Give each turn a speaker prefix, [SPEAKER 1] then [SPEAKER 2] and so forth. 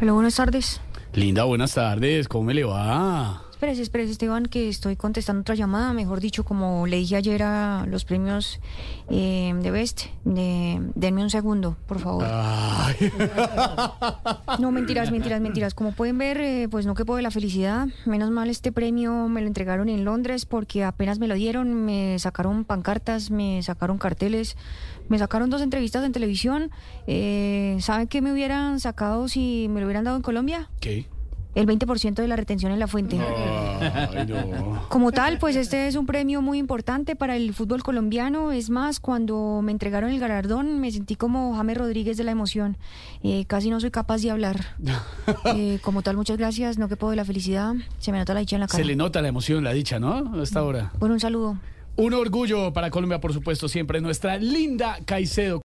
[SPEAKER 1] Hola, buenas tardes.
[SPEAKER 2] Linda, buenas tardes. ¿Cómo me le va?
[SPEAKER 1] Espérese, espérese, Esteban, que estoy contestando otra llamada. Mejor dicho, como le dije ayer a los premios eh, de Best, de- denme un segundo, por favor.
[SPEAKER 2] Ah. Ay.
[SPEAKER 1] No, mentiras, mentiras, mentiras. Como pueden ver, eh, pues no quepo de la felicidad. Menos mal este premio me lo entregaron en Londres porque apenas me lo dieron, me sacaron pancartas, me sacaron carteles, me sacaron dos entrevistas en televisión. Eh, ¿Saben qué me hubieran sacado si me lo hubieran dado en Colombia?
[SPEAKER 2] ¿Qué?
[SPEAKER 1] El 20% de la retención en la fuente.
[SPEAKER 2] Ay, no.
[SPEAKER 1] Como tal, pues este es un premio muy importante para el fútbol colombiano. Es más, cuando me entregaron el galardón me sentí como James Rodríguez de la emoción. Eh, casi no soy capaz de hablar. Eh, como tal, muchas gracias. No que puedo de la felicidad. Se me nota la dicha en la cara.
[SPEAKER 2] Se le nota la emoción, la dicha, ¿no? Hasta ahora.
[SPEAKER 1] Bueno, un saludo.
[SPEAKER 2] Un orgullo para Colombia, por supuesto, siempre. Nuestra linda Caicedo.